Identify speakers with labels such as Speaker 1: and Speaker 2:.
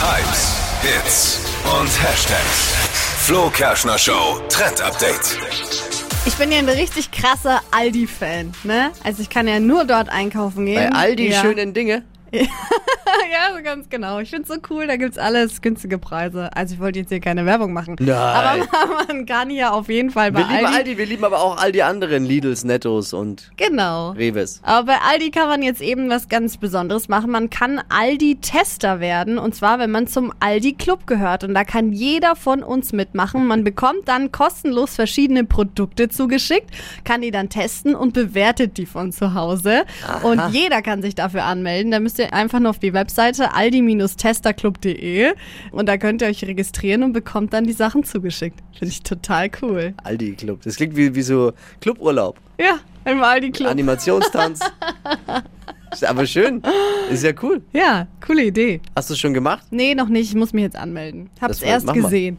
Speaker 1: Hypes, Hits und Hashtags. Flo Kerschner Show Trend Update.
Speaker 2: Ich bin ja ein richtig krasser Aldi-Fan, ne? Also ich kann ja nur dort einkaufen gehen.
Speaker 3: Bei all die
Speaker 2: ja.
Speaker 3: schönen Dinge.
Speaker 2: ja, so ganz genau. Ich find's so cool, da gibt's alles, günstige Preise. Also ich wollte jetzt hier keine Werbung machen.
Speaker 3: Nein.
Speaker 2: Aber man kann hier auf jeden Fall bei
Speaker 3: Wir lieben
Speaker 2: Aldi.
Speaker 3: Aldi, wir lieben aber auch all die anderen Lidls, Nettos und
Speaker 2: Genau.
Speaker 3: Reves.
Speaker 2: Aber bei Aldi kann man jetzt eben was ganz Besonderes machen. Man kann Aldi-Tester werden. Und zwar, wenn man zum Aldi-Club gehört. Und da kann jeder von uns mitmachen. Man bekommt dann kostenlos verschiedene Produkte zugeschickt, kann die dann testen und bewertet die von zu Hause. Und jeder kann sich dafür anmelden. Da müsst ihr einfach nur auf die Webseite aldi-testerclub.de und da könnt ihr euch registrieren und bekommt dann die Sachen zugeschickt. Finde ich total cool.
Speaker 3: Aldi Club. Das klingt wie, wie so Cluburlaub.
Speaker 2: Ja, im Aldi-Club.
Speaker 3: Animationstanz. ist aber schön. Ist ja cool.
Speaker 2: Ja, coole Idee.
Speaker 3: Hast du es schon gemacht?
Speaker 2: Nee, noch nicht. Ich muss mich jetzt anmelden. Hab's
Speaker 3: Das
Speaker 2: erst
Speaker 3: machen wir.
Speaker 2: gesehen.